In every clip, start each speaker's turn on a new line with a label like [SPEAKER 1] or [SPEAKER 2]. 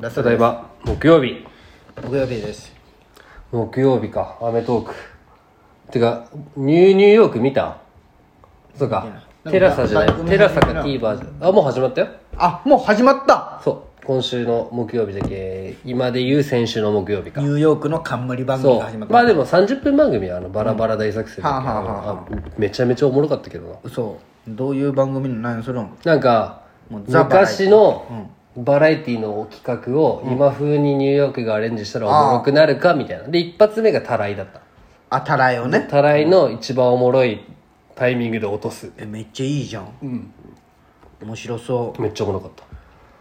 [SPEAKER 1] ラス
[SPEAKER 2] ただいま木曜日
[SPEAKER 1] 木曜日です
[SPEAKER 2] 木曜日かアメトークてかニューニューヨーク見たそう
[SPEAKER 1] 見て
[SPEAKER 2] か
[SPEAKER 1] ない
[SPEAKER 2] テラサじゃな
[SPEAKER 1] なんか
[SPEAKER 2] いテラサか
[SPEAKER 1] 番組
[SPEAKER 2] TVer じゃあもう始まったよ
[SPEAKER 1] あもう始まった
[SPEAKER 2] そう今週の木曜日だけ今で言う先週の木曜日か
[SPEAKER 1] ニューヨークの冠番組
[SPEAKER 2] そ
[SPEAKER 1] が始まっ
[SPEAKER 2] う
[SPEAKER 1] た
[SPEAKER 2] まあでも30分番組はあのバラバラ大作戦だけど
[SPEAKER 1] うんはあはあは
[SPEAKER 2] あめちゃめちゃおもろかったけどな
[SPEAKER 1] 嘘どういう番組なのそれも
[SPEAKER 2] なんか
[SPEAKER 1] もうザバラエテ
[SPEAKER 2] 昔
[SPEAKER 1] ィ
[SPEAKER 2] のバラエティの企画を今風にニューヨークがアレンジしたらおもろくなるかみたいなで一発目がたらいだった
[SPEAKER 1] あたらいをね
[SPEAKER 2] たらいの一番おもろいタイミングで落とす
[SPEAKER 1] えめっちゃいいじゃん、面白そ
[SPEAKER 2] めっちゃおもろかった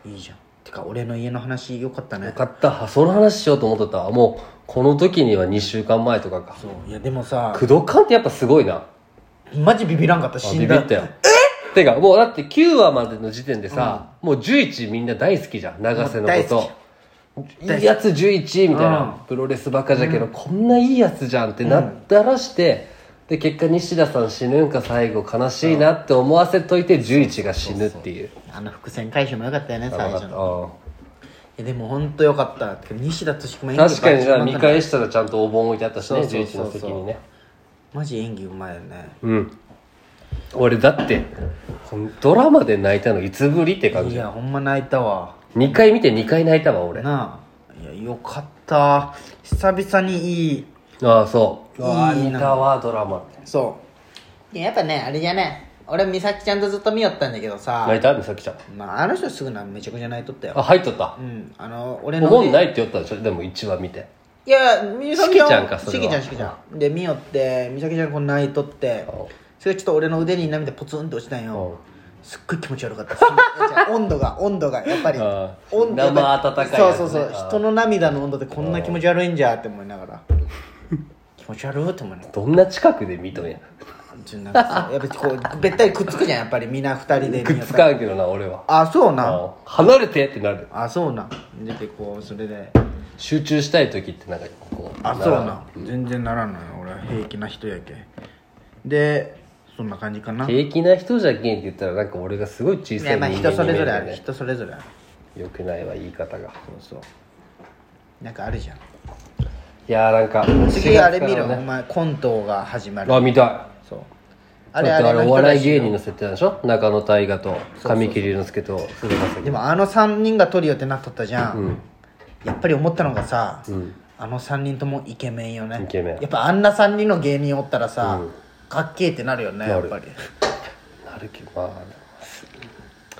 [SPEAKER 1] ういいじゃんてか俺の家の話よかったね
[SPEAKER 2] よかったあその話しようと思ってたわもうこの時には2週間前とかか
[SPEAKER 1] そういやでもさ
[SPEAKER 2] 工藤館ってやっぱすごいな
[SPEAKER 1] マジビビらんかった死
[SPEAKER 2] ビ
[SPEAKER 1] ん
[SPEAKER 2] ビ
[SPEAKER 1] だ
[SPEAKER 2] ったよてかもうだって9話までの時点でさ、もう11みんな大好きじゃん永瀬の
[SPEAKER 1] 大
[SPEAKER 2] こ
[SPEAKER 1] 好
[SPEAKER 2] といいやつ11みたいな、プロレスバカじゃけど、こんないいやつじゃんってなったらして、で結果西田さん死ぬんか最後悲しいなって思わせといて11が死ぬっていう
[SPEAKER 1] あの伏線回収もよかったよね
[SPEAKER 2] あ
[SPEAKER 1] 最
[SPEAKER 2] よかっ
[SPEAKER 1] 初
[SPEAKER 2] た
[SPEAKER 1] の
[SPEAKER 2] うん
[SPEAKER 1] いやでも本当よかったてか西田敏行も演技
[SPEAKER 2] 確かに
[SPEAKER 1] が
[SPEAKER 2] な
[SPEAKER 1] 一
[SPEAKER 2] 見
[SPEAKER 1] 番かった
[SPEAKER 2] 返したらちゃんとお盆置いてあったしね
[SPEAKER 1] そうそうそう
[SPEAKER 2] 11
[SPEAKER 1] そう
[SPEAKER 2] の席にね
[SPEAKER 1] マジ演技うまいよね
[SPEAKER 2] うん俺だってこのドラマで泣いたのいつぶりって感
[SPEAKER 1] い
[SPEAKER 2] じ
[SPEAKER 1] やほんま泣いたわ
[SPEAKER 2] 2回見て2回泣いたわ俺あ
[SPEAKER 1] なあいやよかった久々にいい
[SPEAKER 2] あそう
[SPEAKER 1] うわ
[SPEAKER 2] いい
[SPEAKER 1] い
[SPEAKER 2] 見
[SPEAKER 1] いな
[SPEAKER 2] たわドラマ
[SPEAKER 1] そうやっぱねあれじゃね俺美咲ちゃんとずっと見よったんだけどさ
[SPEAKER 2] 泣いた美咲ちゃん
[SPEAKER 1] まあ、あの人すぐなめちゃくちゃ泣いとったよ
[SPEAKER 2] あ入っとった
[SPEAKER 1] うんあの俺
[SPEAKER 2] お
[SPEAKER 1] の
[SPEAKER 2] 盆
[SPEAKER 1] い
[SPEAKER 2] ないって言ったでしょでも1話見て
[SPEAKER 1] や美咲ち
[SPEAKER 2] し
[SPEAKER 1] ゃん
[SPEAKER 2] きちゃんかそれ
[SPEAKER 1] し
[SPEAKER 2] は
[SPEAKER 1] きちゃんしきちゃんで見よって美咲ちゃんこう泣いとってそれちょっと俺の腕に涙ポツンと落ちたんよすっごい気持ち悪かった違う温度が温度がやっぱり
[SPEAKER 2] あー
[SPEAKER 1] 温度が
[SPEAKER 2] 生温かいやつね
[SPEAKER 1] そうそうそう
[SPEAKER 2] あー
[SPEAKER 1] 人の涙の温度ってこんな気持ち悪いんじゃって思いな がら気持ち悪いって思いながら
[SPEAKER 2] どんな近くで見とんや
[SPEAKER 1] なんかさやっぱこうべったりくっつくじゃんやっぱりみんな二人で
[SPEAKER 2] くっつかんけどな俺は
[SPEAKER 1] あそうな
[SPEAKER 2] あ離れてってなる
[SPEAKER 1] あそうな出てこうそれで
[SPEAKER 2] 集中したい時ってなんかこう
[SPEAKER 1] あそうな全然ならんのよ俺は平気な人やけでそんな感じかない
[SPEAKER 2] 平気な人じゃけんって言ったらなんか俺がすごい小さい
[SPEAKER 1] や
[SPEAKER 2] 人
[SPEAKER 1] ま
[SPEAKER 2] 間
[SPEAKER 1] あ
[SPEAKER 2] に見え
[SPEAKER 1] 人それぞれあ
[SPEAKER 2] る
[SPEAKER 1] る
[SPEAKER 2] ね
[SPEAKER 1] 人それぞれある
[SPEAKER 2] よくないわ言い方が
[SPEAKER 1] そうそうなんかあるじゃん
[SPEAKER 2] いやーなんか
[SPEAKER 1] 次あれ見
[SPEAKER 2] 4月
[SPEAKER 1] ろ
[SPEAKER 2] から
[SPEAKER 1] お
[SPEAKER 2] ね
[SPEAKER 1] 前コントが始まる
[SPEAKER 2] あ見たい
[SPEAKER 1] そう
[SPEAKER 2] あ
[SPEAKER 1] あ
[SPEAKER 2] れ
[SPEAKER 1] れ
[SPEAKER 2] あ
[SPEAKER 1] あ
[SPEAKER 2] れ
[SPEAKER 1] れ
[SPEAKER 2] あ
[SPEAKER 1] の
[SPEAKER 2] れお
[SPEAKER 1] 人
[SPEAKER 2] 笑
[SPEAKER 1] ら
[SPEAKER 2] い
[SPEAKER 1] しい
[SPEAKER 2] 芸
[SPEAKER 1] よ
[SPEAKER 2] 人の設定なんでしょ中野大河と神木隆之介と菅田将暉
[SPEAKER 1] でもあの3人がトリオってなっとったじゃん、やっぱり思ったのがさ、あの3人ともイケメンよね
[SPEAKER 2] イケメン
[SPEAKER 1] やっぱあんな3人の芸人おったらさ、かっけえってなるよねやっぱり
[SPEAKER 2] なるけどまあ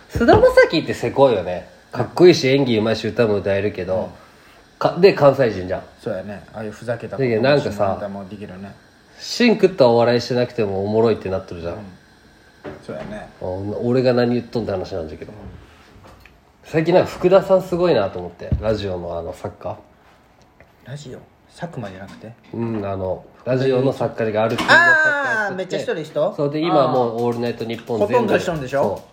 [SPEAKER 2] 菅田将暉ってせこいよねかっこいいし演技うまいし歌も歌えるけど、かで関西人じゃん
[SPEAKER 1] そうやねああいうふざけた
[SPEAKER 2] だけどなんかさ
[SPEAKER 1] 下ネタもできるね
[SPEAKER 2] 芯食ったお笑いしてなくてもおもろいってなってるじゃん、
[SPEAKER 1] そうやね
[SPEAKER 2] あ俺が何言っとんって話なんだけど、最近なんか福田さんすごいなと思ってラジオのあの作家
[SPEAKER 1] ラジオ佐久間じゃなくて
[SPEAKER 2] うんあのラジオの作家があるっていうのを
[SPEAKER 1] ああめっちゃ一人で人
[SPEAKER 2] そうで今もう「オールナイトニッポン」
[SPEAKER 1] ほとんど一緒なんでしょ
[SPEAKER 2] そ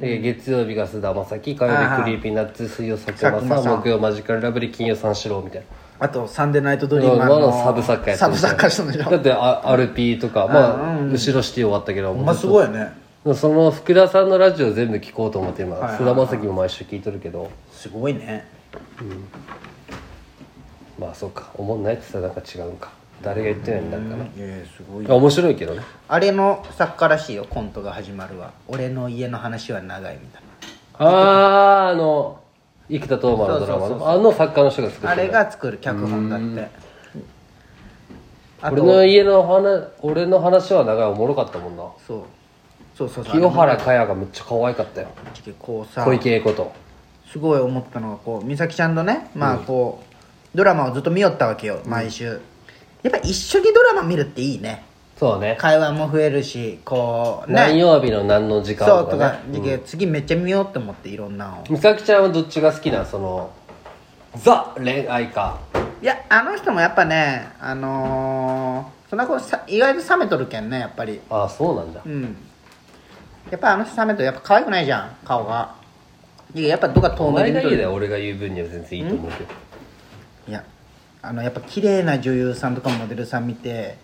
[SPEAKER 2] うで月曜日が須田将暉火曜
[SPEAKER 1] あ
[SPEAKER 2] 日
[SPEAKER 1] ー
[SPEAKER 2] クリーピーナッツ水曜佐久
[SPEAKER 1] 佐久
[SPEAKER 2] 間
[SPEAKER 1] 間
[SPEAKER 2] さん
[SPEAKER 1] さん
[SPEAKER 2] 木曜マジカルラブリー金曜三四郎みたいな
[SPEAKER 1] あとサンデーナイトドリーマー
[SPEAKER 2] の
[SPEAKER 1] の
[SPEAKER 2] サブ作家やって
[SPEAKER 1] サ
[SPEAKER 2] る
[SPEAKER 1] ブ
[SPEAKER 2] 人
[SPEAKER 1] 作家したんでしょ
[SPEAKER 2] だってあアルピーとかまあ後ろシティ終わったけど
[SPEAKER 1] ほんますごいよね
[SPEAKER 2] その福田さんのラジオ全部聞こうと思って今須田将暉も毎週聞いとるけど
[SPEAKER 1] すごいね
[SPEAKER 2] まあそうかおもんないって言ったらなんか違うんか誰が言ってるようになるかない
[SPEAKER 1] やいやすごい
[SPEAKER 2] あ面白いけどね
[SPEAKER 1] あれの作家らしいよコントが始まるわ俺の家の話は長いみたい
[SPEAKER 2] あああの生田斗真のドラマのあの作家の人が作
[SPEAKER 1] なあ
[SPEAKER 2] って
[SPEAKER 1] れ
[SPEAKER 2] る
[SPEAKER 1] が作る脚本だってあ
[SPEAKER 2] 俺
[SPEAKER 1] と
[SPEAKER 2] の家の話俺の話は長いおもろかったもんな
[SPEAKER 1] そうそうそうそう
[SPEAKER 2] 清原果耶がめっちゃ可愛かったよ
[SPEAKER 1] こうさ
[SPEAKER 2] 小池栄子と
[SPEAKER 1] すごい思ったのがこう美咲ちゃんとねまあこう、ドラマをずっと見よったわけよ毎週、やっぱ一緒にドラマ見るっていいね
[SPEAKER 2] そうね
[SPEAKER 1] 会話も増えるしこう
[SPEAKER 2] 何
[SPEAKER 1] ね
[SPEAKER 2] 曜日の何の時間
[SPEAKER 1] そう
[SPEAKER 2] と
[SPEAKER 1] と
[SPEAKER 2] か
[SPEAKER 1] か
[SPEAKER 2] ね、
[SPEAKER 1] で次めっちゃ見ようって思っていろんなのを
[SPEAKER 2] 美咲ちゃんはどっちが好きなんそのザ恋愛か
[SPEAKER 1] いやあの人もやっぱねあのーそんな子さ意外と冷めとるけんねやっぱり
[SPEAKER 2] ああそうなんだ
[SPEAKER 1] うんやっぱあの人冷めとやっぱ可愛くないじゃん顔がいややっぱどっか
[SPEAKER 2] お
[SPEAKER 1] 透明
[SPEAKER 2] 前
[SPEAKER 1] で
[SPEAKER 2] が言
[SPEAKER 1] 見と
[SPEAKER 2] う
[SPEAKER 1] る
[SPEAKER 2] だよ俺が言う分には全然いいと思うけど
[SPEAKER 1] いやあのやっぱ綺麗な女優さんとかモデルさん見て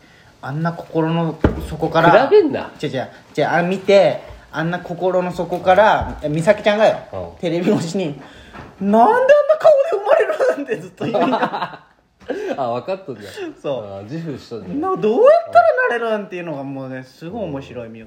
[SPEAKER 1] あんな心の底から
[SPEAKER 2] 比べんな
[SPEAKER 1] 違う違う違うあ見てあんな心の底からえ美咲ちゃんがよ
[SPEAKER 2] うん
[SPEAKER 1] テレビ越しに「なんであんな顔でなんでずっと言うんや
[SPEAKER 2] あ分かっとんじゃん
[SPEAKER 1] そう
[SPEAKER 2] あー自負しとんじゃん
[SPEAKER 1] などうやったらなれるんっていうのがもうねすごい面白いみよ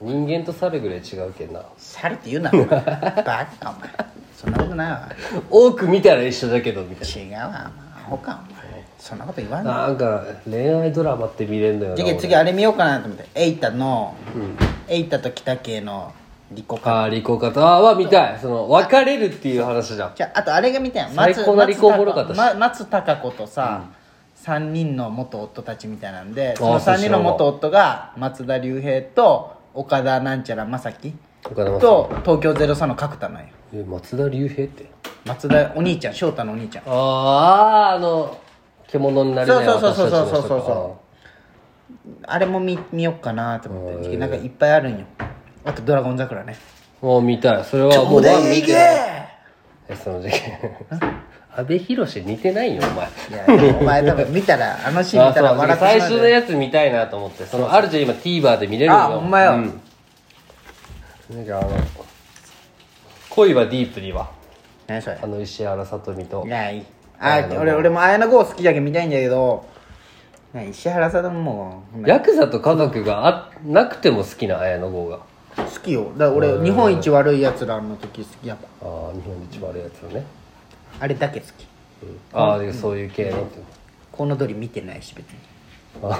[SPEAKER 2] 人間と猿ぐらい違うけんな
[SPEAKER 1] 猿って言うなお前バカお前そんなことないわ
[SPEAKER 2] 多く見たら一緒だけどみたい
[SPEAKER 1] 違うわお前アホかお前そんなこと言わん
[SPEAKER 2] な
[SPEAKER 1] の
[SPEAKER 2] なんか恋愛ドラマって見れんだよな
[SPEAKER 1] 次
[SPEAKER 2] 俺
[SPEAKER 1] 次あれ見ようかなと思ってエイタの、エイタと北系のリコカ
[SPEAKER 2] あーリコカとあーは見たいその別れるっていう話じゃん
[SPEAKER 1] じゃああとあれが見たやん
[SPEAKER 2] 最高なリコおもろかったし
[SPEAKER 1] 松松たか子とさ、三3人の元夫たちみたいなんでその
[SPEAKER 2] あそう
[SPEAKER 1] 3
[SPEAKER 2] 知
[SPEAKER 1] 人
[SPEAKER 2] ら
[SPEAKER 1] の
[SPEAKER 2] んわ
[SPEAKER 1] 元夫が松田龍平と岡田なんちゃら正樹
[SPEAKER 2] 岡田将生
[SPEAKER 1] と東京03の角田なんよ
[SPEAKER 2] え松田龍平って
[SPEAKER 1] 松田お兄ちゃん翔太のお兄ちゃん
[SPEAKER 2] あーあの獣になれない
[SPEAKER 1] そう
[SPEAKER 2] 私
[SPEAKER 1] そう
[SPEAKER 2] たち
[SPEAKER 1] そ
[SPEAKER 2] の
[SPEAKER 1] うそうそう
[SPEAKER 2] 人
[SPEAKER 1] そう
[SPEAKER 2] か
[SPEAKER 1] あれも見見よっかなと思ってなんかいっぱいあるんよあと「ドラゴン桜ね」
[SPEAKER 2] もう見たいそれはも
[SPEAKER 1] お
[SPEAKER 2] う
[SPEAKER 1] で
[SPEAKER 2] ワン
[SPEAKER 1] ん
[SPEAKER 2] 見
[SPEAKER 1] 行け
[SPEAKER 2] てないえその事件阿部寛似てないよお前
[SPEAKER 1] いやでもお前多分見たらあのシーン見たら
[SPEAKER 2] あそう
[SPEAKER 1] 笑って
[SPEAKER 2] 最
[SPEAKER 1] しまう
[SPEAKER 2] 初のやつ見たいなと思ってそのあるじゃん今 TVer で見れるのよ
[SPEAKER 1] あほんまよ
[SPEAKER 2] うんなんかあの恋はディープには
[SPEAKER 1] 何それ
[SPEAKER 2] あの石原さとみと
[SPEAKER 1] いやいいあ俺俺も綾野剛好きだけど見たいんだけどね石原さんも
[SPEAKER 2] ヤクザと家族があなくても好きな綾野剛が
[SPEAKER 1] 好きよだから俺日本一悪いやつらの時好きやっぱ
[SPEAKER 2] ああ日本で一番悪いやつよね、
[SPEAKER 1] あれだけ好き
[SPEAKER 2] ああでそういう系のって
[SPEAKER 1] コウノドリ見てないし別に
[SPEAKER 2] あ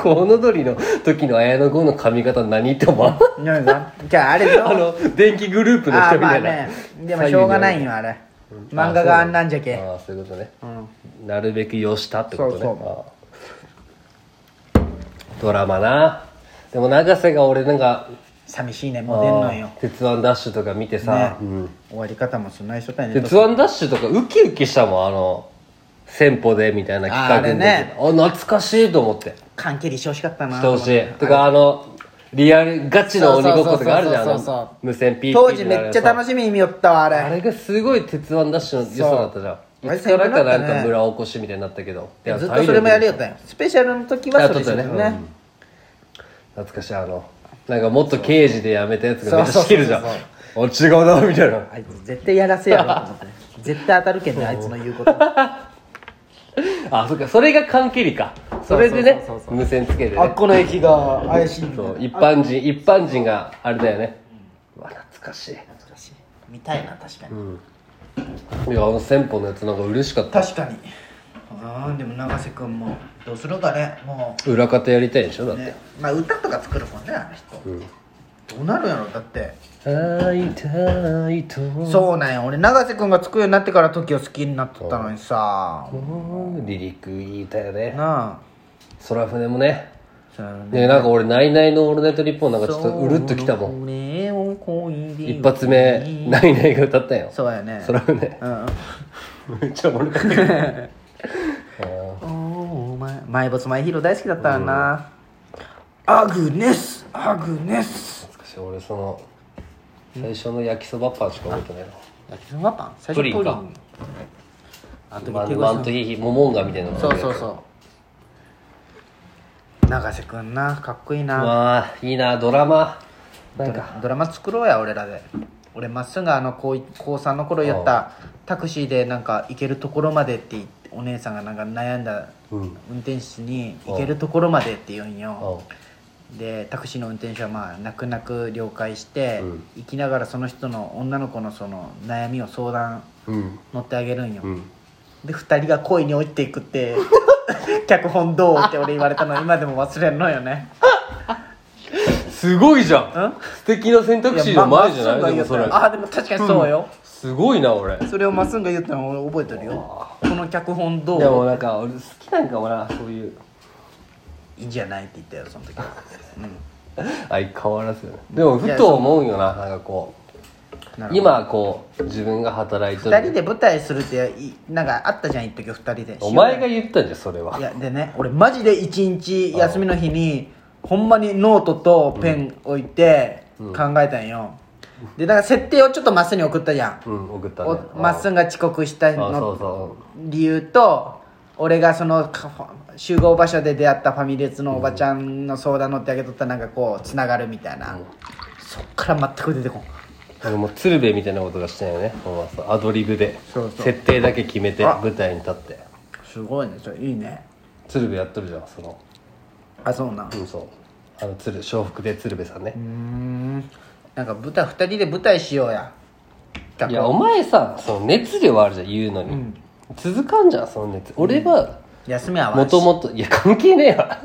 [SPEAKER 2] コウノドリの時の綾野剛の髪型何って思わん
[SPEAKER 1] 何がじゃああれ よ
[SPEAKER 2] あの電気グループの
[SPEAKER 1] あ
[SPEAKER 2] 人
[SPEAKER 1] ー
[SPEAKER 2] み
[SPEAKER 1] ま
[SPEAKER 2] た
[SPEAKER 1] あ
[SPEAKER 2] いな、
[SPEAKER 1] ねでもしょうがないんよあれ漫画があんなんじゃけ
[SPEAKER 2] ああそういうことね
[SPEAKER 1] うん
[SPEAKER 2] なるべくよしたってことね
[SPEAKER 1] そう
[SPEAKER 2] ああドラマなでも永瀬が俺なんか
[SPEAKER 1] 寂しいねもう出んのよ
[SPEAKER 2] ああ鉄腕ダッシュ」とか見てさ、うん
[SPEAKER 1] 終わり方もそんな一緒だよね
[SPEAKER 2] 鉄腕ダッシュ」とかウキウキしたもんあの先歩でみたいな企画の時
[SPEAKER 1] ああれね
[SPEAKER 2] あ懐かしいと思って
[SPEAKER 1] 関係りしてほしかったな
[SPEAKER 2] してほしいてかあのリアルガチの鬼ごっことかあるじゃん
[SPEAKER 1] そ
[SPEAKER 2] あ
[SPEAKER 1] うそうそうそうそう
[SPEAKER 2] の無線ピー
[SPEAKER 1] 当時めっちゃ楽
[SPEAKER 2] しい
[SPEAKER 1] しみに見よったわあれ
[SPEAKER 2] あれがすごい鉄腕ダッシュの良さだったじ
[SPEAKER 1] そう
[SPEAKER 2] ゃ
[SPEAKER 1] あ
[SPEAKER 2] ん
[SPEAKER 1] れ
[SPEAKER 2] いつからかなん
[SPEAKER 1] 先輩だったね
[SPEAKER 2] か村おこしみたいになったけどいや
[SPEAKER 1] ずっとそれもやりよ
[SPEAKER 2] 体力
[SPEAKER 1] ったんよスペシャルの時はそれしてたよ
[SPEAKER 2] やっとっ
[SPEAKER 1] ね
[SPEAKER 2] たね懐かしいあのなんかもっと刑事でやめたやつがめっちゃ仕切るじゃん
[SPEAKER 1] そうそう
[SPEAKER 2] お違うなみたいな
[SPEAKER 1] あいつ絶対やらせやろうと思ってね絶対当たるけんねあいつの言うこと
[SPEAKER 2] あそっかそれが缶切りかそれでね
[SPEAKER 1] そうそうそうそう
[SPEAKER 2] 無線つけて
[SPEAKER 1] あ
[SPEAKER 2] ね
[SPEAKER 1] っこの駅が怪しいみたい
[SPEAKER 2] そ
[SPEAKER 1] な
[SPEAKER 2] う一般人一般人があれだよねうわ懐かしい
[SPEAKER 1] 懐かしい見たいな確かに、
[SPEAKER 2] いやあの先方のやつなんか嬉しかった
[SPEAKER 1] 確かにあーでも永瀬君もどうするかねも
[SPEAKER 2] 裏方やりたいんでしょだっ
[SPEAKER 1] う
[SPEAKER 2] て
[SPEAKER 1] ねまあ歌とか作るもんねあの人、どうなるやろだって
[SPEAKER 2] 会いたいと
[SPEAKER 1] そうなんや俺永瀬君が作るようになってから TOKIO 好きになっとったのにさ
[SPEAKER 2] リリックいい歌よね
[SPEAKER 1] なあ
[SPEAKER 2] 空船もね
[SPEAKER 1] そのね
[SPEAKER 2] ねなんか俺「ナイナイのオールナイトニッポン」なんかちょっとうるっときたもん
[SPEAKER 1] ん
[SPEAKER 2] 一発目「ナイナイが歌ったよ
[SPEAKER 1] そうやね
[SPEAKER 2] 空船
[SPEAKER 1] うん
[SPEAKER 2] めっちゃおもろ かったけど
[SPEAKER 1] おお前前没前ヒーロー大好きだったらな、アグネスアグネス
[SPEAKER 2] 懐かしい俺その最初の焼きそばパンしか覚えてないな
[SPEAKER 1] 焼きそばパン最
[SPEAKER 2] プ
[SPEAKER 1] 初
[SPEAKER 2] リンか
[SPEAKER 1] あと
[SPEAKER 2] マ
[SPEAKER 1] 見て
[SPEAKER 2] ン
[SPEAKER 1] くだ
[SPEAKER 2] マ
[SPEAKER 1] さ
[SPEAKER 2] ンと
[SPEAKER 1] い
[SPEAKER 2] ヒヒモモンガみたいなの
[SPEAKER 1] そうそうそう永瀬くんなかっこいいな
[SPEAKER 2] まあいいなドラマなん
[SPEAKER 1] ド
[SPEAKER 2] か
[SPEAKER 1] ラドラマ作ろうや俺らで俺まっすぐあの高い高3の頃やったタクシーでなんか行けるところまでって言ってお姉さんがなんか悩んだ
[SPEAKER 2] うん
[SPEAKER 1] 運転手に行けるところまでって言うんよ、
[SPEAKER 2] あ
[SPEAKER 1] でタクシーの運転手はまあ泣く泣く了解して、
[SPEAKER 2] うん
[SPEAKER 1] 行きながらその人の女の子のその悩みを相談
[SPEAKER 2] うん
[SPEAKER 1] 乗ってあげるんよ、
[SPEAKER 2] うん
[SPEAKER 1] で2人が恋に落ちていくって 脚本どうって俺言われたの今でも忘れんのよね
[SPEAKER 2] すごいじゃ
[SPEAKER 1] ん
[SPEAKER 2] ん素敵な選択肢
[SPEAKER 1] や
[SPEAKER 2] の前じゃない
[SPEAKER 1] ままっすぐ
[SPEAKER 2] でもそ
[SPEAKER 1] が言った
[SPEAKER 2] れ
[SPEAKER 1] のあでも確かにそうよ、
[SPEAKER 2] すごいな俺
[SPEAKER 1] それをまっすぐが言ったの俺覚えてるよこの脚本ど
[SPEAKER 2] でも
[SPEAKER 1] う
[SPEAKER 2] なんか俺好きなんかもなそういう
[SPEAKER 1] いいんじゃないって言ったよその時は、
[SPEAKER 2] 相変わらずよねでもふと思うよななんかこ
[SPEAKER 1] うん、な
[SPEAKER 2] う今こう自分が働いて
[SPEAKER 1] 2人
[SPEAKER 2] る
[SPEAKER 1] で舞台するっていなんかあったじゃん一時2人で
[SPEAKER 2] お前が言ったんじゃんそれはい
[SPEAKER 1] やでね俺マジで一日休みの日にほんまにノートとペン置いて考えたんよ、でなんか設定をちょっとまっすぐに送ったじゃ
[SPEAKER 2] う
[SPEAKER 1] ん
[SPEAKER 2] ん送ったね
[SPEAKER 1] おまっすぐが遅刻した
[SPEAKER 2] あそう
[SPEAKER 1] の
[SPEAKER 2] そ
[SPEAKER 1] 理由と俺がそのか集合場所で出会ったファミレスのおばちゃんの相談乗ってあげとったらなんかこうつながるみたいな、そっから全く出てこん
[SPEAKER 2] でももう鶴瓶みたいなことがしたいよねほんまそうアドリブで
[SPEAKER 1] そうそう
[SPEAKER 2] 設定だけ決めて
[SPEAKER 1] あ
[SPEAKER 2] 舞台に立って
[SPEAKER 1] すごいねそれいいね
[SPEAKER 2] 鶴瓶やっとるじゃんその
[SPEAKER 1] あそうなん
[SPEAKER 2] うんそうあの鶴笑福で鶴瓶さんね
[SPEAKER 1] うーんなんか舞台2人で舞台しようや
[SPEAKER 2] いやお前さその熱量はあるじゃん言うのに、続かんじゃんその熱俺は
[SPEAKER 1] 休みは
[SPEAKER 2] もともといや関係ねえわ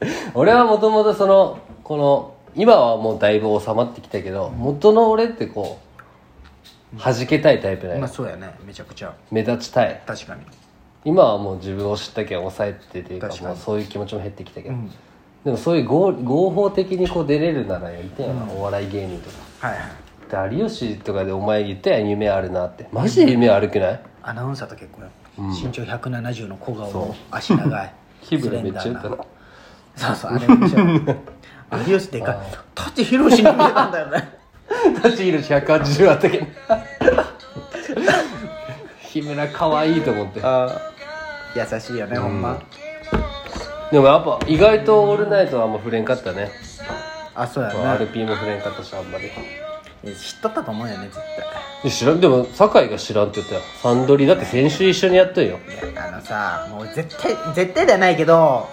[SPEAKER 2] 俺はもともとそのこの今はもうだいぶ収まってきたけど元の俺ってこう弾けたいタイプだよ、
[SPEAKER 1] まあそうやねめちゃくちゃ
[SPEAKER 2] 目立ちたい
[SPEAKER 1] 確かに
[SPEAKER 2] 今はもう自分を知ったけん抑えてていうか
[SPEAKER 1] 確かに
[SPEAKER 2] もうそういう気持ちも減ってきたけど、
[SPEAKER 1] ん
[SPEAKER 2] でもそういう合合法的にこう出れるならいたよな、お笑い芸人とか
[SPEAKER 1] はいはい
[SPEAKER 2] で有吉とかでお前言ったやん夢あるなってマジで夢あるくない
[SPEAKER 1] アナウンサーと結構や身長170の小顔の足 長い
[SPEAKER 2] 日村めっちゃ言った
[SPEAKER 1] スレンダー
[SPEAKER 2] な
[SPEAKER 1] なそうそうあれめっちゃ有吉でかい舘ひろしに見えたんだ よね
[SPEAKER 2] 舘ひろし180あったけど 日村可愛いと思って
[SPEAKER 1] あ優しいよねほんま
[SPEAKER 2] でもやっぱ意外とオールナイトはあんま触れんかったね
[SPEAKER 1] あそうやね
[SPEAKER 2] RP も触れんかったしあんまり
[SPEAKER 1] 知っとったと思うよね絶
[SPEAKER 2] で知らんでも酒井が知らんって言ったよサンドリだって先週一緒にやったよ
[SPEAKER 1] 対いやあのさもう絶対絶対ではないけど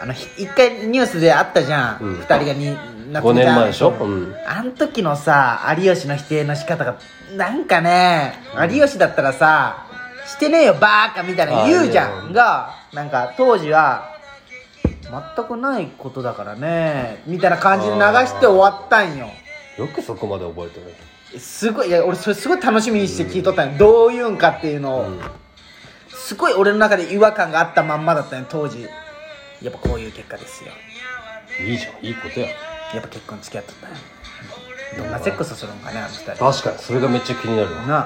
[SPEAKER 1] あのひ一回ニュースであったじゃん
[SPEAKER 2] うん
[SPEAKER 1] 二人がに
[SPEAKER 2] 5年前でしょ
[SPEAKER 1] 夏美ちゃん
[SPEAKER 2] うん
[SPEAKER 1] あん時のさ有吉の否定の仕方がなんかね有吉だったらさ「してねえよバーカ」みたいな言うじゃ
[SPEAKER 2] あいや
[SPEAKER 1] んがなんか当時は「全くないことだからね」みたいな感じで流して終わったんよ
[SPEAKER 2] よくそこまで覚えてる
[SPEAKER 1] すごいいや俺それすごい楽しみにして聞いとったんよどういうんかっていうのを、
[SPEAKER 2] うん
[SPEAKER 1] すごい俺の中で違和感があったまんまだったね当時やっぱこういう結果ですよ
[SPEAKER 2] いいじゃんいいことや
[SPEAKER 1] やっぱ結婚付き合っとったんよどんなセックスするんかねあの二人
[SPEAKER 2] 確かにそれがめっちゃ気になるわ
[SPEAKER 1] なあ